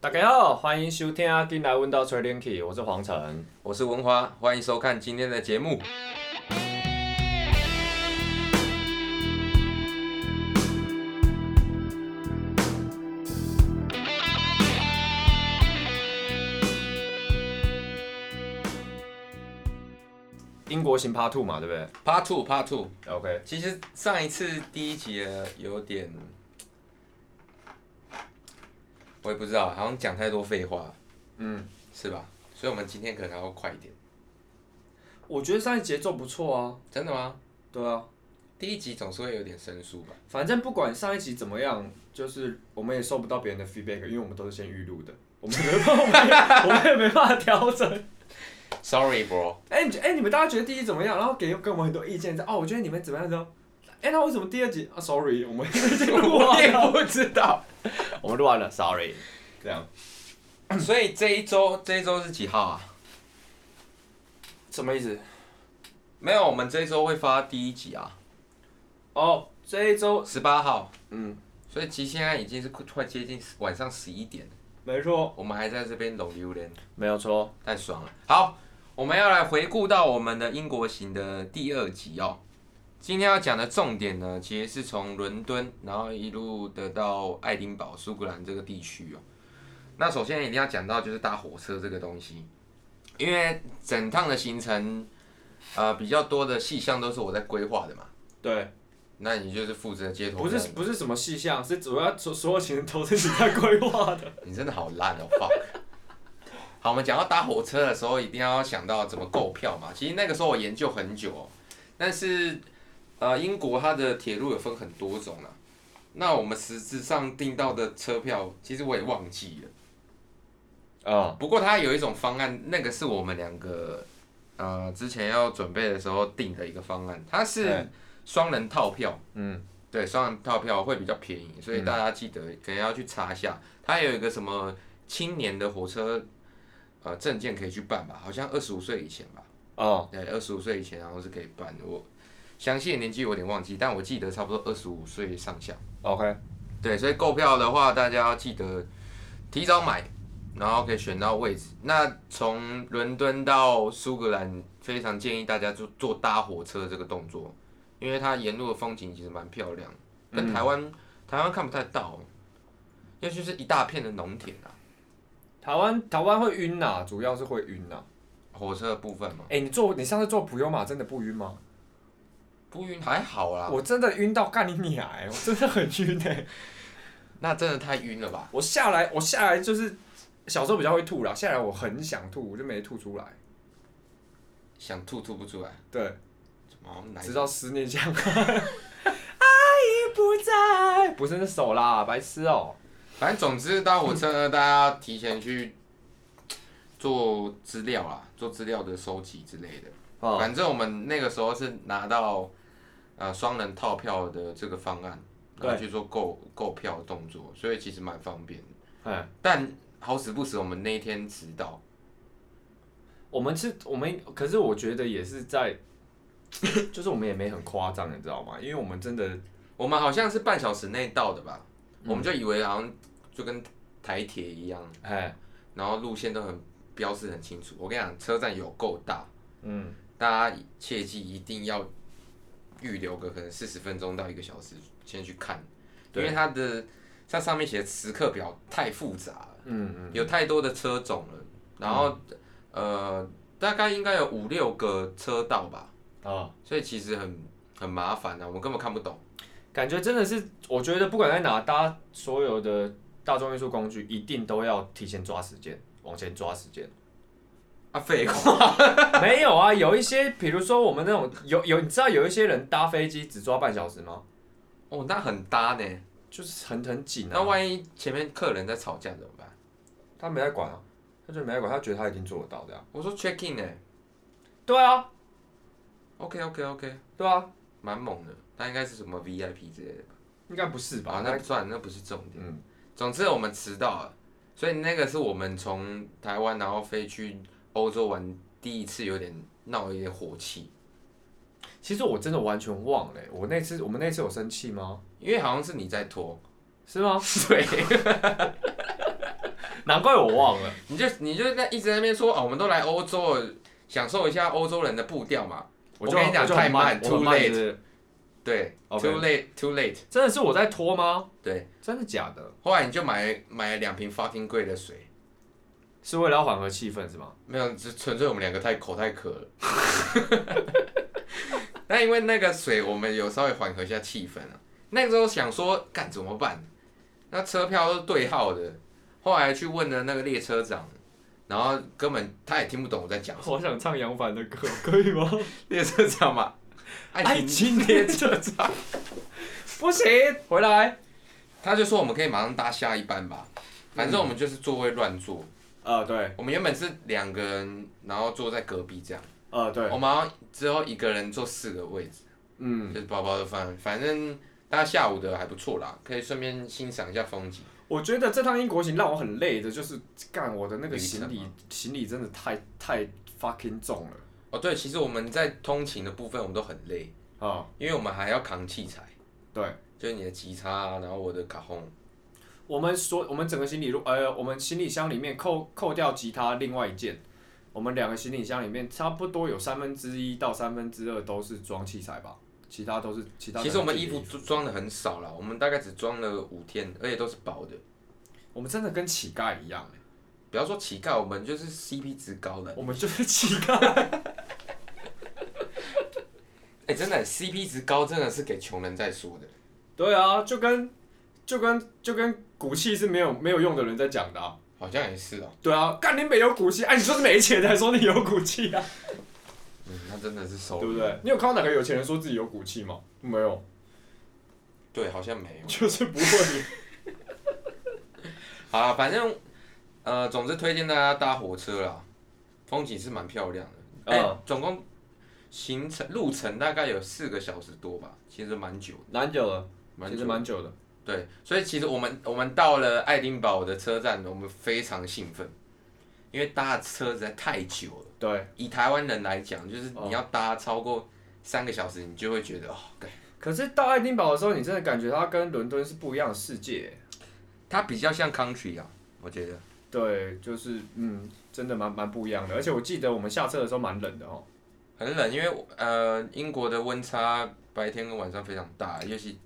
大家好，欢迎收听《进来问到吹冷气》，我是黄晨。我是文华，欢迎收看今天的节目。英国行 Part Two 嘛，对不对 Part Two Part Two， ？OK，其实上一次第一集呃有点，我也不知道，好像讲太多废话，嗯，是吧？所以我们今天可能要快一点。我觉得上一节奏不错啊。真的吗？对啊，第一集总是会有点生疏吧？反正不管上一集怎么样，就是我们也收不到别人的 feedback，因为我们都是先预录的，我们没办法，我们也没办法调整。 Sorry bro， 哎、你觉哎、你们大家觉得第一集怎么样？然后给给我们很多意见，哦，我觉得你们怎么样？然后，哎、那为什么第二集啊？Sorry，我 们已经录我完也了，不知道。我们录完了，Sorry，这样。所以这一周这一周是几号啊？什么意思？没有，我们这一周会发第一集啊，哦，这一周，十八号。嗯，所以其实现在已经是快接近晚上十一点了，没错，我们还在这边拢榴莲。没有错。太爽了！好，我们要来回顾到我们的英国行的第二集哦。今天要讲的重点呢，其实是从伦敦，然后一路得到爱丁堡、苏格兰这个地区哦。那首先一定要讲到就是搭火车这个东西，因为整趟的行程，呃，比较多的细项都是我在规划的嘛。对，那你就是负责街头不是站不是什么细项，是主要所所有行程都是你在规划 的。你真的好烂哦，fuck。好，我们讲到搭火车的时候，一定要想到怎么购票嘛。其实那个时候我研究很久、哦，但是呃，英国它的铁路有分很多种啊。那我们实质上订到的车票，其实我也忘记了。啊、不过它有一种方案，那个是我们两个呃之前要准备的时候订的一个方案，它是嗯双人套票。嗯，对，双人套票会比较便宜，所以大家记得可能要去查一下。它有一个什么青年的火车呃证件可以去办吧？好像二十五岁以前吧？哦，对，二十五岁以前然后是可以办。我详细的年纪我有点忘记，但我记得差不多二十五岁上下。哦，OK，对，所以购票的话，大家要记得提早买，然后可以选到位置。那从伦敦到苏格兰，非常建议大家就坐搭火车这个动作，因为它沿路的风景其实蛮漂亮，跟台湾、台湾看不太到，因为就是一大片的农田啊。台湾台湾会晕呐、主要是会晕呐、火车的部分嘛，哎、你坐你上次坐普悠玛真的不晕吗？不晕还好啦，我真的晕到干你娘、欸！我真的很晕哎、那真的太晕了吧？ 我下来我下来就是小时候比较会吐啦，下来我很想吐，我就没吐出来。想吐吐不出来，对，怎么好像奶直到思 念香。爱已不在，不是那首啦，白痴哦、反正总之搭火车呢，大家提前去做资料啦，做资料的收集之类的。哦、反正我们那个时候是拿到呃双人套票的这个方案，然后去做购购票的动作，所以其实蛮方便的。哎，但好死不死，我们那一天迟到，我们是，我们可是我觉得也是在， 就是我们也没很夸张，你知道吗？因为我们真的我们好像是半小时内到的吧？我们就以为好像就跟台铁一样，哎，然后路线都很标示很清楚。我跟你讲，车站有够大。嗯，大家切记一定要预留个可能四十分钟到一个小时先去看，因对为它的它上面写的时刻表太复杂了，嗯嗯，有太多的车种了，然后、呃大概应该有五六个车道吧，啊，所以其实很很麻烦啊，我们根本看不懂。感觉真的是，我觉得不管在哪搭所有的大众运输工具，一定都要提前抓时间，往前抓时间。 啊，废话，没有啊，有一些，比如说我们那种有有，你知道有一些人搭飞机只抓半小时吗？哦，那很搭呢。就是很很紧那啊，万一前面客人在吵架怎么办？他没在管啊，他就没在管，他觉得他一定做得到这样。我说 check in 呢对啊， ，OK OK OK，对啊，蛮猛的。那应该是什么 VIP 之类的吧？应该不是吧？啊，那不算，那不是重点。哎嗯。总之我们迟到了，所以那个是我们从台湾然后飞去欧洲玩第一次有点闹有点火气，其实我真的完全忘了欸、我那次我们那次有生气吗？ 因为好像是你在拖，是吗？对，难怪我忘了。你就你就在一直在那边说啊，我们都来欧洲了，享受一下欧洲人的步调嘛。我就我跟你讲就很太慢我很 too 慢 late 是不是对 OK too late, too late。真的是我在拖吗？对，真的假的？后来你就买买了两瓶 fucking 贵的水，是为了要缓和气氛是吗？没有，只纯粹我们两个太口太渴了。 那因为那个水，我们有稍微缓和一下气氛啊。那个时候想说，干怎么办？那车票都是对号的，后来去问了那个列车长，然后根本他也听不懂我在讲什么。好想唱杨凡的歌，可以 吗？列车长嘛，爱情列车长， 不行，回来。他就说我们可以马上搭下一班吧，反正我们就是座位乱坐。呃，对，我们原本是两个人，然后坐在隔壁这样，呃，对，我们好像之后一个人坐四个位置，嗯，就是包包的饭，反正大家下午的还不错啦，可以顺便欣赏一下风景。我觉得这趟英国行让我很累的，就是干我的那个旅程行李吗，行李真的太太 fucking 重了哦，对，其实我们在通勤的部分我们都很累，啊、因为我们还要扛器材，对，就是你的吉他、啊，然后我的卡轰，我们所我们整个行李如呃，我们行李箱里面扣扣掉吉他另外一件，我们两个行李箱里面差不多有三分之一到三分之二都是装器材吧，其他都是其他。其实我们衣服，装的很少啦，我们大概只装了五天，而且都是薄的。我们真的跟乞丐一样、不要说乞丐，我们就是 CP 值高的。我们就是乞 丐。哎、真的 CP 值高，真的是给穷人在说的。对啊，就跟就跟就跟骨气是没有没有用的人在讲的、啊。好像也是哦、对啊，干你没有骨气，哎、你就是没钱才说你有骨气啊，嗯，那真的是收 对不？对？你有看到哪个有钱人说自己有骨气吗？没有， 对，好像没有。就是不会。好啦，反正呃，总之推荐大家搭火车啦，风景是蛮漂亮的。哎、嗯总共行程路程大概有四个小时多吧，其实蛮久，蛮久了，蛮其实久。蛮久的。对，所以其实我们我们到了爱丁堡的车站，我们非常兴奋，因为搭的车实在太久了。对，以台湾人来讲，就是哦你要搭超过三个小时，你就会觉得哦，干可是到爱丁堡的时候，你真的感觉它跟伦敦是不一样的世界。它比较像 country 啊，我觉得。对，就是嗯，真的蛮蛮不一样的。而且我记得我们下车的时候蛮冷的哦。很冷，因为呃，英国的温差白天跟晚上非常大，尤其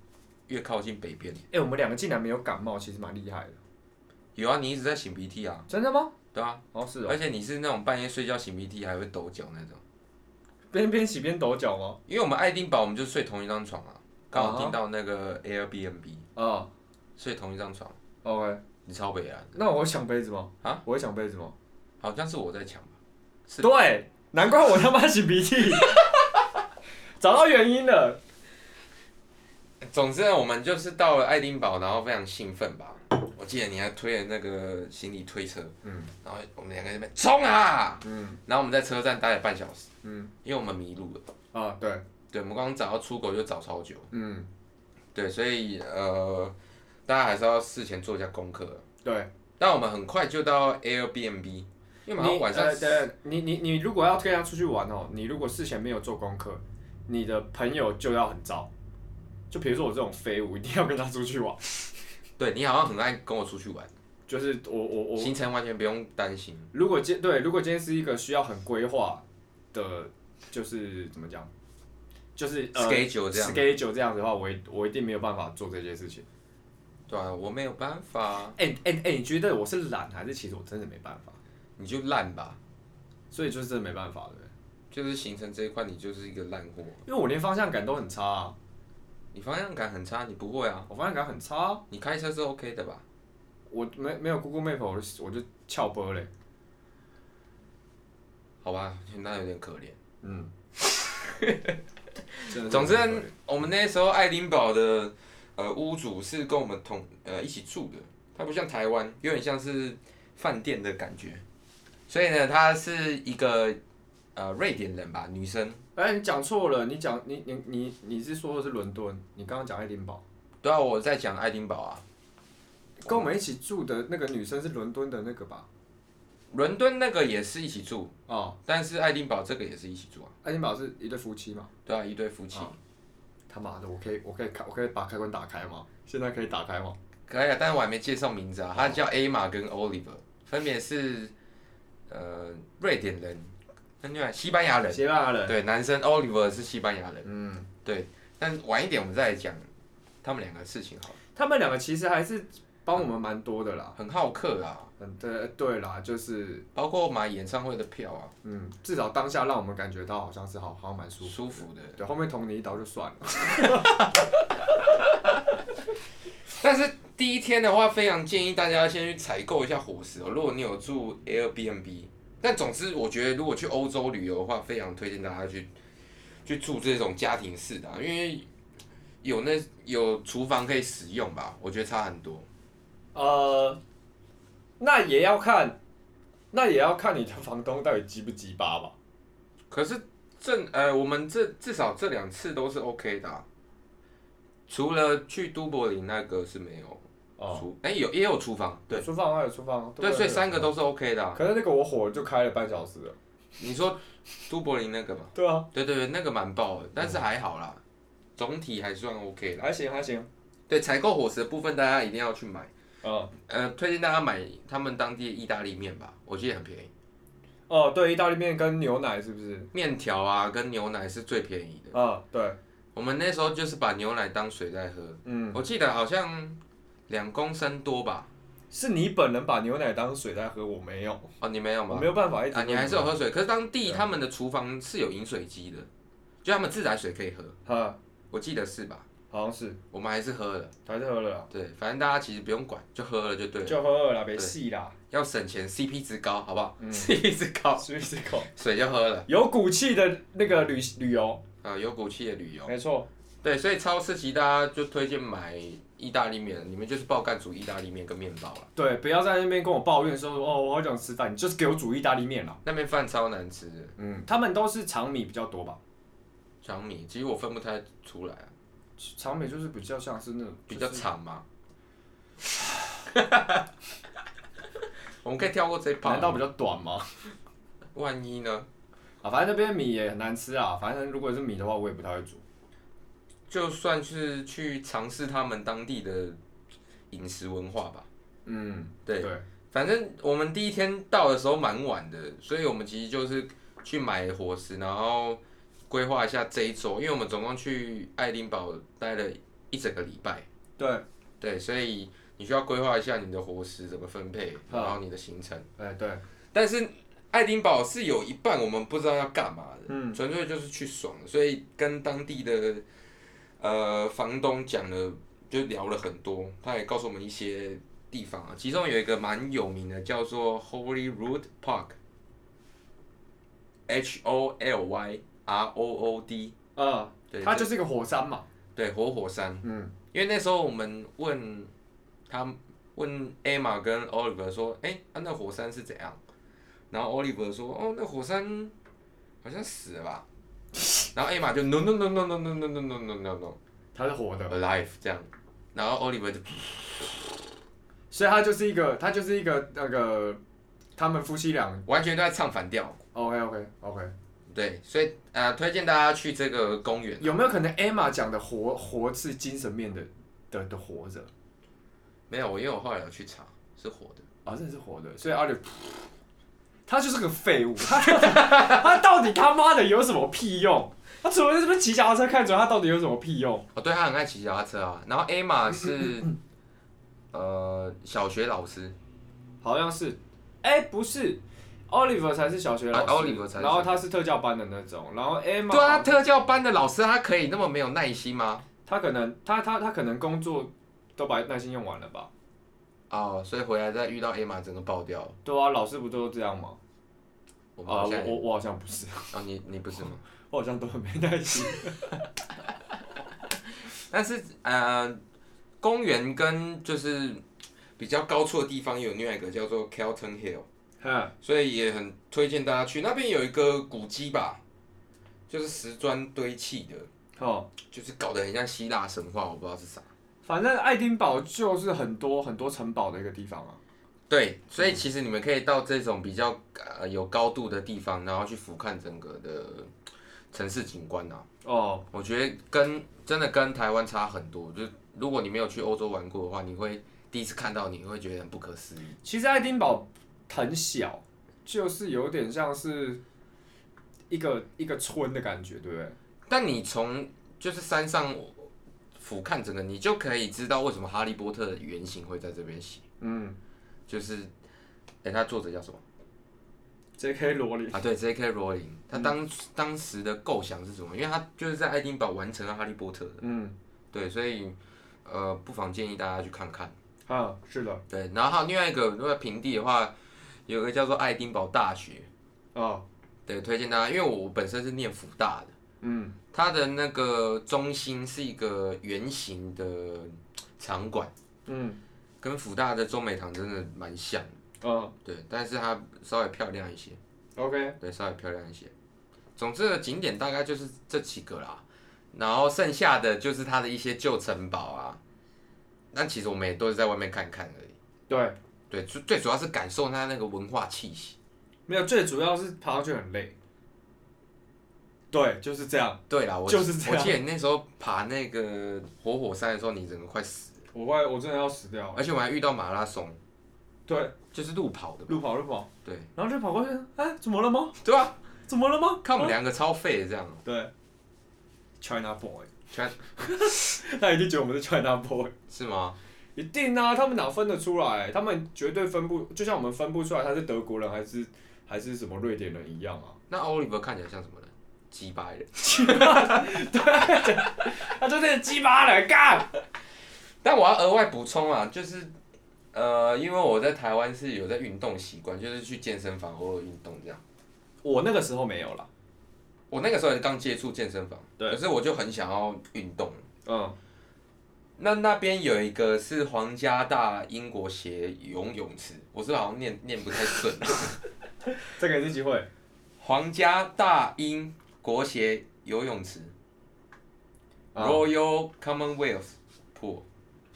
越靠近北边。哎、我们两个竟然没有感冒，其实蛮厉害的。有啊，你一直在擤鼻涕啊，真的吗？对啊，哦，是哦，而且你是那种半夜睡觉擤鼻涕还会抖脚那种。边边洗边抖脚吗？因为我们爱丁堡，我们就睡同一张床啊，刚啊好哈订到那个 Airbnb，啊、睡同一张床， o k 你超北啊，那我会抢杯子吗？啊，我会抢杯子吗？好像是我在抢吧？是对，难怪我他妈擤鼻 涕，找到原因了。总之呢，我们就是到了爱丁堡，然后非常兴奋吧。我记得你还推了那个行李推车，嗯然后我们两个在那边冲啊！嗯然后我们在车站待了半小时，嗯因为我们迷路了。啊，对，对，我们刚刚找到出口就找超久。嗯对，所以呃，大家还是要事前做一下功课。对。但我们很快就到 Airbnb，因为马上晚上你呃对你你你如果要跟人家出去玩哦，你如果事前没有做功课，你的朋友就要很糟。就比如说我这种废物，一定要跟他出去玩，对你好像很爱跟我出去玩，就是我我我行程完全不用担心。如果今对，如果今天是一个需要很规划的，就是怎么讲，就是呃 Schedule 这样 schedule 这样子的话，我一我一定没有办法做这些事情。对啊，我没有办法，哎哎哎，你觉得我是懒，还是其实我真的没办法？你就烂吧，所以就是真的没办法的，就是行程这一块你就是一个烂货。因为我连方向感都很差、啊，你方向感很差，你不会啊？我方向感很差啊、你开车是 OK 的吧？我没没有 Google Map，我就我就翘波嘞。好吧，那有点可怜。嗯，真的是总之很可怜，我们那时候爱丁堡的呃屋主是跟我们同呃一起住的，他不像台湾，有点像是饭店的感觉。所以呢，她是一个呃瑞典人吧，女生。哎、你讲错了，你讲你你你你是说的是伦敦，你刚刚讲爱丁堡，对啊，我在讲爱丁堡啊，跟我们一起住的那个女生是伦敦的那个吧？伦敦那个也是一起住，哦，但是爱丁堡这个也是一起住啊。爱丁堡是一对夫妻嘛？对啊，一对夫妻。哦他妈的，我可以我可以开我可以把开关打开吗？现在可以打开吗？哦可以啊，但是我还没介绍名字啊，他叫 A 玛跟 Oliver。分别是呃瑞典人跟另外西班牙人，西班牙人，对，男生 Oliver 是西班牙人，嗯，对，但晚一点我们再讲他们两个事情好了，他们两个其实还是帮我们蛮多的啦。很好客啊，嗯，对对啦，就是包括买演唱会的票啊，嗯，至少当下让我们感觉到好像是好，好像蛮舒服。舒服的，对，后面捅你一刀就算了。但是第一天的话，非常建议大家先去采购一下伙食哦。如果你有住 Airbnb，但总之我觉得如果去欧洲旅游的话，非常推荐大家去去住这种家庭式的啊、因为有那有厨房可以使用吧，我觉得差很多。呃，那也要看，那也要看你的房东到底急不急巴吧。可是这呃，我们这至少这两次都是 OK 的啊、除了去都柏林那个是没有哦，厨，哎、有也有厨房，对有厨房啊，有厨房。对，所以三个。都是 OK 的啊、可是那个我火就开了半小时了。你说都柏林那个吧？对啊，对对对，那个蛮爆的，但是还好嗯啦，总体还算 OK 啦。还行还行。对，采购伙食的部分大家一定要去买，嗯，呃，推荐大家买他们当地的意大利面吧，我记得很便宜，哦，对，意大利面跟牛奶是不是？面条啊跟牛奶是最便宜的。啊，对，我们那时候就是把牛奶当水在喝，嗯，我记得好像两公升多吧？是你本人把牛奶当水在喝，我没有，哦，你没有我吗没？有办法一直啊，你还是有喝水，可是当地对啊他们的厨房是有饮水机的，就他们自来水可以喝，啊，我记得是吧？好像是我们还是喝了，还是喝了啦，对，反正大家其实不用管，就喝了就对了。就喝了啦，别对细啦，要省钱，CP 值高，好不好、嗯 c p 值高，吃一口，水就喝了，有骨气的那个旅旅游，啊，有骨气的旅游。没错，对，所以超市其实大家就推荐买意大利面，你们就是爆干煮意大利面跟面包了。对，不要在那边跟我抱怨说哦，我好想吃饭，你就是给我煮意大利面啦，那边饭超难吃的，嗯，他们都是长米比较多吧，长米，其实我分不太出来啊，长米就是比较像是那种比较就是长 嘛。我们可以跳过这一难道趴，比较短吗？万一呢？啊，反正那边米也很难吃啊，反正如果是米的话，我也不太会煮，就算是去尝试他们当地的饮食文化吧。嗯，对，对，反正我们第一天到的时候蛮晚的，所以我们其实就是去买伙食，然后规划一下这一周，因为我们总共去爱丁堡待了一整个礼拜，对，对，所以你需要规划一下你的伙食怎么分配，嗯然后你的行程。哎对，但是爱丁堡是有一半我们不知道要干嘛的，嗯纯粹就是去爽，所以跟当地的呃房东讲了，就聊了很多，他也告诉我们一些地方啊，其中有一个蛮有名的叫做 Holy Rood Park，H O L Y R O O D，啊，对，它这就是一个火山嘛，对活火山，嗯，因为那时候我们问他问 Emma 跟 Oliver 说，哎、啊那火山是怎样？然后 Oliver 说，哦，那火山好像死了吧。然后 Emma 就 no no no no no no no no no no no no 它是活的。 alive 这样，然后 Oliver 就所以他就是一个，他就是一个那个，他们夫妻俩。完全都在唱反调。 OK OK OK，对，所以呃，推荐大家去这个公园。有没有可能 Emma 讲的活活是精神面的的的活着没有，我因为我后来有去查，是活的。啊、真的是活的，所以阿柳，他就是个废物， 他他到底他妈的有什么屁用？他除了在这边骑脚踏车看着他到底有什么屁用？哦，对，他很爱骑脚踏车啊。然后 Emma 是呃小学老师，好像是，哎、不是，Oliver 才是小学老师、啊，Oliver 才是然后他是特教班的那种，然后 Emma 对啊，特教班的老师他可以那么没有耐心吗？他可能他他他可能工作都把耐心用完了吧？哦，所以回来再遇到 Emma 整个爆掉了。对啊，老师不都这样吗？我们啊，好我像我我好像不是，哦，你你不是吗？我好像都很没耐 心。但是呃，公园跟就是比较高处的地方有另外一个叫做 Kelton Hill，嗯，所以也很推荐大家去那边有一个古迹吧，就是石砖堆砌的，好，就是搞得很像希腊神话，我不知道是啥。反正爱丁堡就是很多很多城堡的一个地方啊。对，所以其实你们可以到这种比较呃有高度的地方，然后去俯瞰整个的城市景观啊。哦，我觉得跟真的跟台湾差很多。就是如果你没有去欧洲玩过的话，你会第一次看到，你会觉得很不可思议。其实爱丁堡很小，就是有点像是一个一个村的感觉，对不对？但你从就是山上俯瞰整个，你就可以知道为什么哈利波特的原型会在这边写。嗯就是，哎、他作者叫什么，J.K. 罗琳，啊？对，J.K. 罗琳，他当、当时的构想是什么？因为他就是在爱丁堡完成了哈利波特，嗯对，所以呃，不妨建议大家去看看。啊，是的，对，然后还有另外一个，如果平地的话，有一个叫做爱丁堡大学，啊，对，推荐大家，因为我本身是念福大的。嗯它的那个中心是一个圆形的嗯场馆，嗯跟福大的中美堂真的蛮像，啊对，但是它稍微漂亮一些， ，OK，对，稍微漂亮一些。总之的景点大概就是这几个啦，然后剩下的就是它的一些旧城堡啊，但其实我们也都是在外面看看而已，对，对，最最主要是感受它那个文化气息，没有，最主要是爬上去很累，对，就是这样，对啦，我就是这样我记得你那时候爬那个活火山的时候，你整个快死了，我快，我真的要死掉了，而且我还遇到马拉松，对，就是路跑的嘛，路跑路跑，对。然后就跑过去，哎，怎么了吗？对啊，怎么了吗？看我们两个超废的这样，对，China Boy，全他一定觉得我们是 China Boy。是吗？一定啊，他们哪分得出来？他们绝对分不，就像我们分不出来他是德国人还是还是什么瑞典人一样啊。那 Oliver 看起来像什么人？鸡巴人。 他就那鸡巴人干。但我要额外补充啊，就是呃，因为我在台湾是有在运动习惯，就是去健身房偶尔运动这样。我那个时候没有啦。我那个时候也刚接触健身房，对可是我就很想要运动。嗯那那边有一个是皇家大英国协游泳池，我是好像念念不太顺。啊 这个也是机会。皇家大英国协游泳池、啊 （Royal Commonwealth Pool）。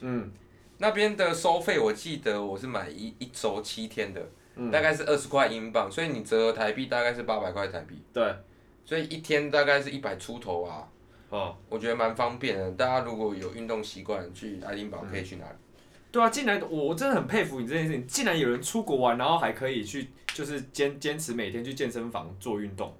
嗯那边的收费，我记得我是买一一周七天的，嗯，大概是二十块英镑，所以你折合台币大概是八百块台币，对，所以一天大概是一百出头啊，哦，我觉得蛮方便的。大家如果有运动习惯，去爱丁堡可以去哪里？对啊，竟然我真的很佩服你这件事情，竟然有人出国玩，然后还可以去就是坚坚持每天去健身房做运动，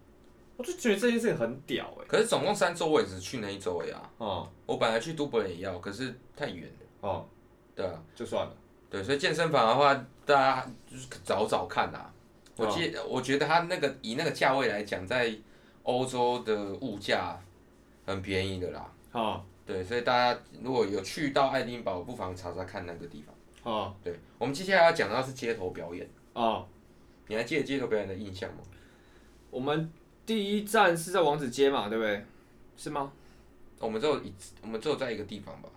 我就觉得这件事情很屌哎、可是总共三周，我也只去那一周而已啊。哦我本来去都柏林也要，可是太远了，哦，对啊，就算了。对，所以健身房的话，大家就是找找看啊。我记，哦我觉得它那个以那个价位来讲，在欧洲的物价很便宜的啦。哦对，所以大家如果有去到爱丁堡，不妨查查看那个地方。哦对，我们接下来要讲到是街头表演，哦，你还记得街头表演的印象吗？我们第一站是在王子街嘛，对不对？是吗？我们只有一，我们只有在一个地方吧？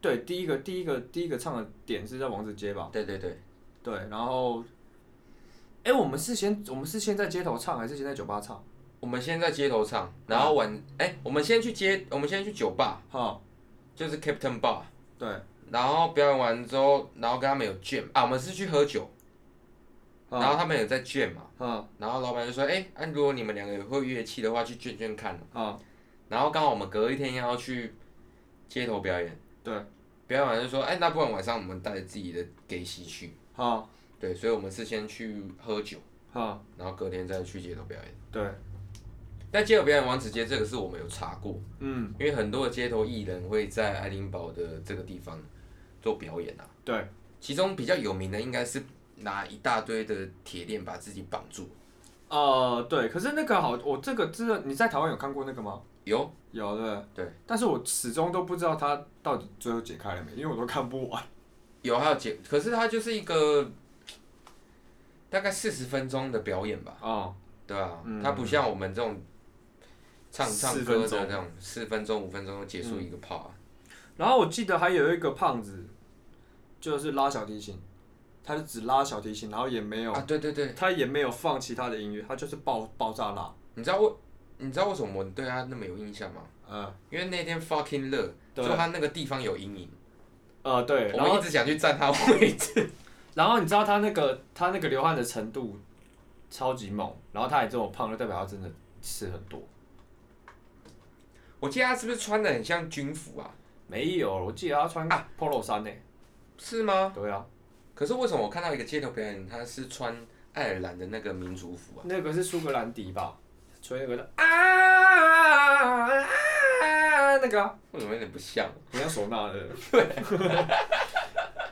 对，第一个第一个第一个唱的点是在王子街吧？对对对，对，然后，哎、我们是先我们是先在街头唱还是先在酒吧唱？我们先在街头唱，然后晚，哎、我们先去街，我们先去酒吧，哈，就是 Captain Bar，对，然后表演完之后，然后跟他们有 jam 啊，我们是去喝酒，然哈后他们有在 jam 嘛，哈然后老板就说，哎、啊，如果你们两个有会乐器的话，去卷卷看。哈，然后刚好我们隔一天要去街头表演，对，表演完就说，哎，那不然晚上我们带着自己的给西去，哈对，所以我们是先去喝酒，哈，然后隔天再去街头表演。对，但街头表演王子街这个是我们有查过，嗯，因为很多的街头艺人会在爱丁堡的这个地方做表演啊，对，其中比较有名的应该是拿一大堆的铁链把自己绑住，呃，对，可是那个好，我这个这个你在台湾有看过那个吗？有有对，对，但是我始终都不知道它到底最后解开了没，因为我都看不完。有还有街，可是它就是一个大概四十分钟的表演吧。哦，对啊，嗯它不像我们这种唱唱四歌分钟嗯的那种四分钟、五分钟就结束一个 part 啊。然后我记得还有一个胖子，就是拉小提琴，他就只拉小提琴，然后也没有，啊，对对对，他也没有放其他的音乐，他就是爆爆炸拉。你知道为你知道为什么我对他那么有印象吗？呃因为那天 fucking 热，对就他那个地方有阴影，呃，对，我然们一后直想去占他位置。然后你知道他那个他那个流汗的程度超级猛，然后他也这么胖，就代表他真的吃很多。 我记得他是不是穿的很像军服啊？没有，我记得他穿 polo 衫呢、是吗？啊对啊，可是为什么我看到一个街头表演，他是穿爱尔兰的那个民族服啊？那个是苏格兰笛吧？吹那个的啊啊啊啊那个啊、为什么有点不像？你要唢呐的，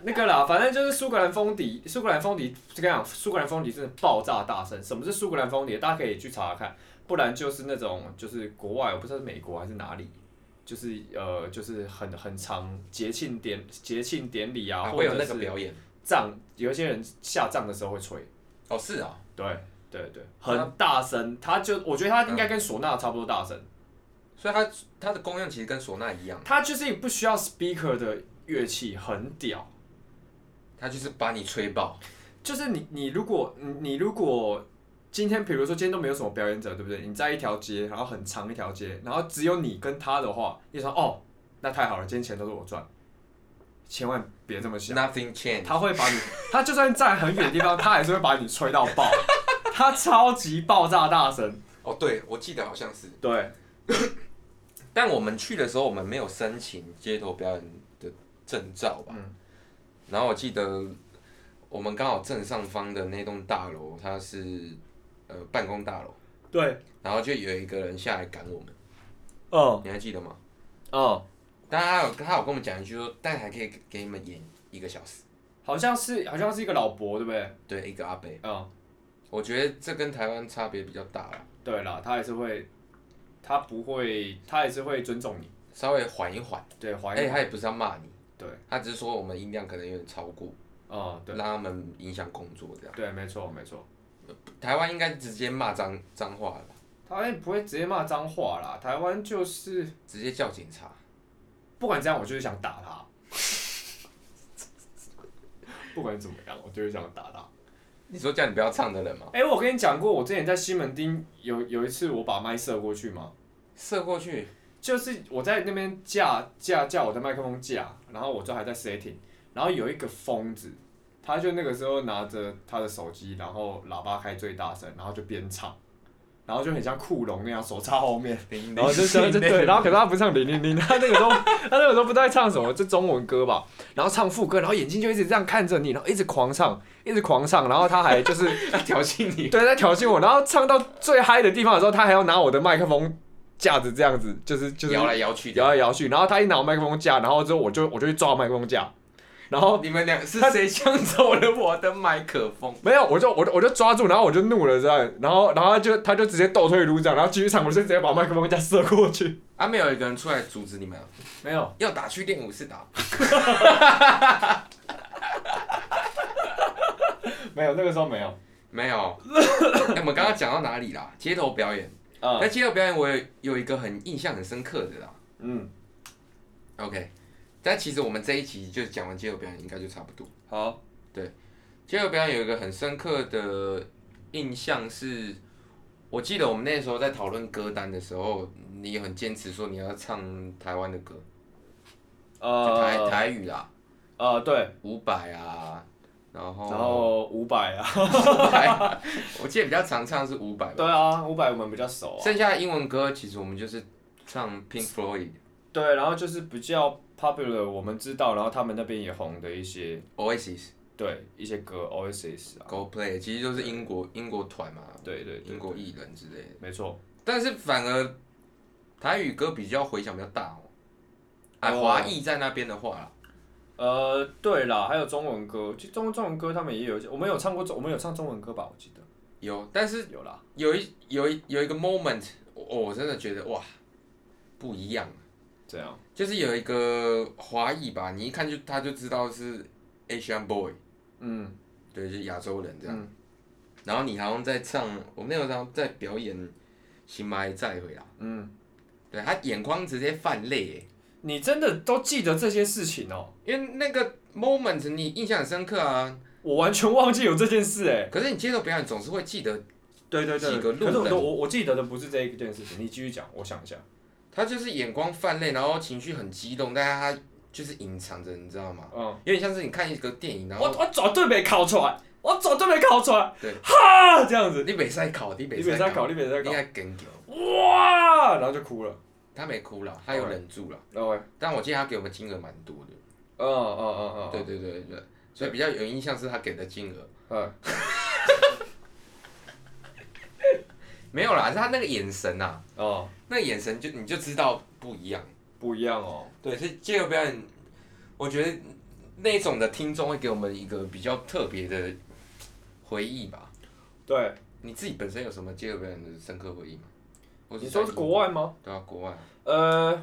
那个啦，反正就是苏格兰风笛，苏格兰风笛，这个讲苏格兰风笛真的爆炸大声。什么是苏格兰风笛？大家可以去查查看，不然就是那种就是国外，我不知道是美国还是哪里，就是呃就是很很长节庆典节庆典礼啊，啊，或会有者那个是表演？葬，有一些人下葬的时候会吹，哦，是啊、对对对，很大声，他就我觉得他应该嗯跟唢呐差不多大声。所以它它的功用其实跟唢呐一样，它就是一个不需要 speaker 的乐器，很屌。它就是把你吹爆。就是你你如果你你如果今天比如说今天都没有什么表演者，对不对？你在一条街，然后很长一条街，然后只有你跟他的话，你说哦，那太好了，今天钱都是我赚。千万别这么想， Nothing change。他会把你，他就算在很远的地方，他还是会把你吹到爆，他超级爆炸大声。哦，对，我记得好像是。对，但我们去的时候，我们没有申请街头表演的证照吧？嗯然后我记得我们刚好正上方的那栋大楼，它是呃办公大楼，对，然后就有一个人下来赶我们，嗯你还记得吗？嗯，但他有他有跟我们讲一句说，但还可以给你们演一个小时，好像是好像是一个老伯，对不对？对，一个阿贝。嗯，我觉得这跟台湾差别比较大啦，对啦，他还是会，他不会，他还是会尊重你，稍微缓一缓。对，怀哎、疑，他也不是要骂你，对，他只是说我们音量可能有点超过，嗯，对，让他们影响工作这样。对，没错，没错，台湾应该直接骂脏脏话了吧，台湾不会直接骂脏话啦，台湾就是直接叫警察。不管怎样，我就是想打他， 不管怎么样，我就是想打他。你说叫你不要唱的人吗？哎、我跟你讲过，我之前在西门町有有一次，我把麦射过去嘛，射过去，就是我在那边架架架我的麦克风架，然后我就还在 setting，然后有一个疯子，他就那个时候拿着他的手机，然后喇叭开最大声，然后就边唱，然后就很像库龙那样手插后面，然哦后就就就对，然后可是他不唱零零零，他那个时候他那个时候不知道在唱什么，就中文歌吧，然后唱副歌，然后眼睛就一直这样看着你，然后一直狂唱，一直狂唱，然后他还就是他挑衅你，对，在挑衅我，然后唱到最嗨的地方的时候，他还要拿我的麦克风架子这样子，就是就是摇来摇去的。摇来摇去，然后他一拿我麦克风架，然后之后我就我就去抓麦克风架，然后你们俩是谁抢走了我的麦克风？没有，我就我就我就抓住，然后我就怒了这样，然后然后他就他就直接倒退路这样，然后继续唱，我就直接把麦克风架射过去，啊，没有一个人出来阻止你们啊，没有，要打去练武室打。没有，那个时候没有，没有，哎我们刚刚讲到哪里啦？街头表演。啊，那街头表演我有有一个很印象很深刻的啦。嗯， OK，但其实我们这一集就讲完街头表演，应该就差不多。好，街头表演有一个很深刻的印象是，我记得我们那时候在讨论歌单的时候，你很坚持说你要唱台湾的歌，就台呃台语啦，呃，对，伍佰啊，然后然后五百 啊，伍佰啊我记得比较常唱是伍佰吧，对啊，五百我们比较熟啊，剩下的英文歌其实我们就是唱 Pink Floyd、对，然后就是比较 popular，我们知道，然后他们那边也红的一些。 Oasis、对一些歌 Oasis 啊， Coldplay，其实就是英国英国团嘛，对对英对，国艺人之类的，没错，但是反而台语歌比较回响比较大哦。哎，哦华裔在那边的话啦。呃，对啦，还有中文歌，其实中中文歌他们也有一些，我们有唱过中，我们有唱中文歌吧，我记得有，但是有啦，有一有一有一个 moment，我我真的觉得哇，不一样，这样，就是有一个华裔吧，你一看就他就知道是 Asian boy，嗯，对，就是亚洲人这样。然后你好像在唱，我们那时候在表演《新麦再会》啦，嗯，对他眼眶直接泛泪耶，你真的都记得这些事情哦、因为那个 moment 你印象很深刻啊。我完全忘记有这件事哎、可是你接受表演总是会记得，对对对，几个路可是我人都我我记得的不是这一件事情，你继续讲，我想一下，他就是眼光泛泪，然后情绪很激动，但是他就是隐藏着，你知道吗？嗯，有点像是你看一个电影，然我后我绝对没考出来，我绝对没考出来，对哈，这样子，你没赛考，你你没别再赛搞，考，你别再你搞，还更球，哇，然后就哭了他没哭了，哦他有忍住了。 ，OK，但我记得他给我们金额蛮多的。嗯嗯嗯嗯，对对对对，所以比较有印象是他给的金额，嗯，没有啦，是他那个眼神啊，哦，那个眼神就你就知道不一样。不一样哦，对，所以街头表演，我觉得那种的听众会给我们一个比较特别的回忆吧。对，你自己本身有什么街头表演的深刻回忆吗？或你说在是英国外吗？对啊，国外呃，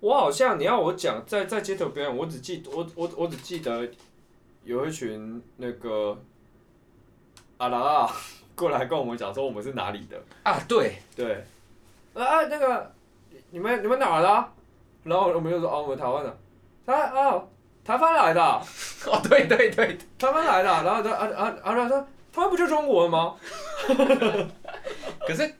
我好像你要我讲在在街头表演，我只记我我我只记得有一群那个阿拉啊过来跟我们讲说我们是哪里的，啊，对， 对，啊啊那个你们你们哪儿的啊？然后我们就说哦我们台湾的，台哦台湾来的啊，哦，对对对，台湾来的啊，然后就啊啊啊然后说台湾不就中国的吗？可是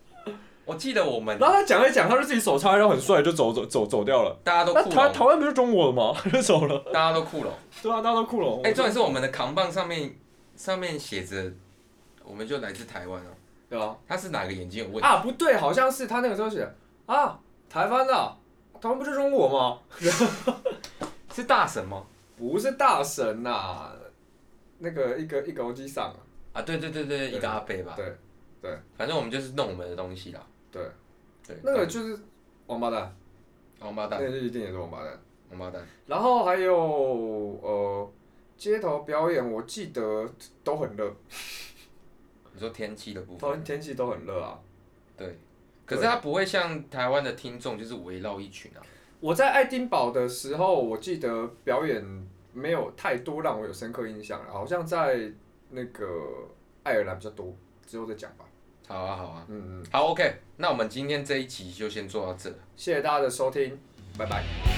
我记得我们然后他讲一讲，他就自己手插腰很帅就走走走走掉了。大家都那酷台台龙，湾不是中国的吗？就走了。大家都酷龙。对啊，大家都酷龙。哎，重点是我们的扛棒上面上面写着，我们就来自台湾哦。对啊。他是哪个眼睛有问题？啊，不对，好像是他那个时候写啊，台湾的、台湾不是中国吗？是大神吗？不是大神呐、那个一个一个欧基上啊，啊，对对对对，对一个阿贝吧。对反正我们就是弄我们的东西啦。对，对，那个就是王八蛋，王八那蛋，个就一定也是王八蛋。王八蛋，然后还有呃，街头表演，我记得都很热，你说天气的部都分，天气都很热啊。对，可是它不会像台湾的听众就是围绕一群啊，我在爱丁堡的时候，我记得表演没有太多让我有深刻印象了，好像在那个爱尔兰比较多，之后再讲吧。好啊好啊，嗯，好 OK，那我们今天这一集就先做到这。谢谢大家的收听，拜拜。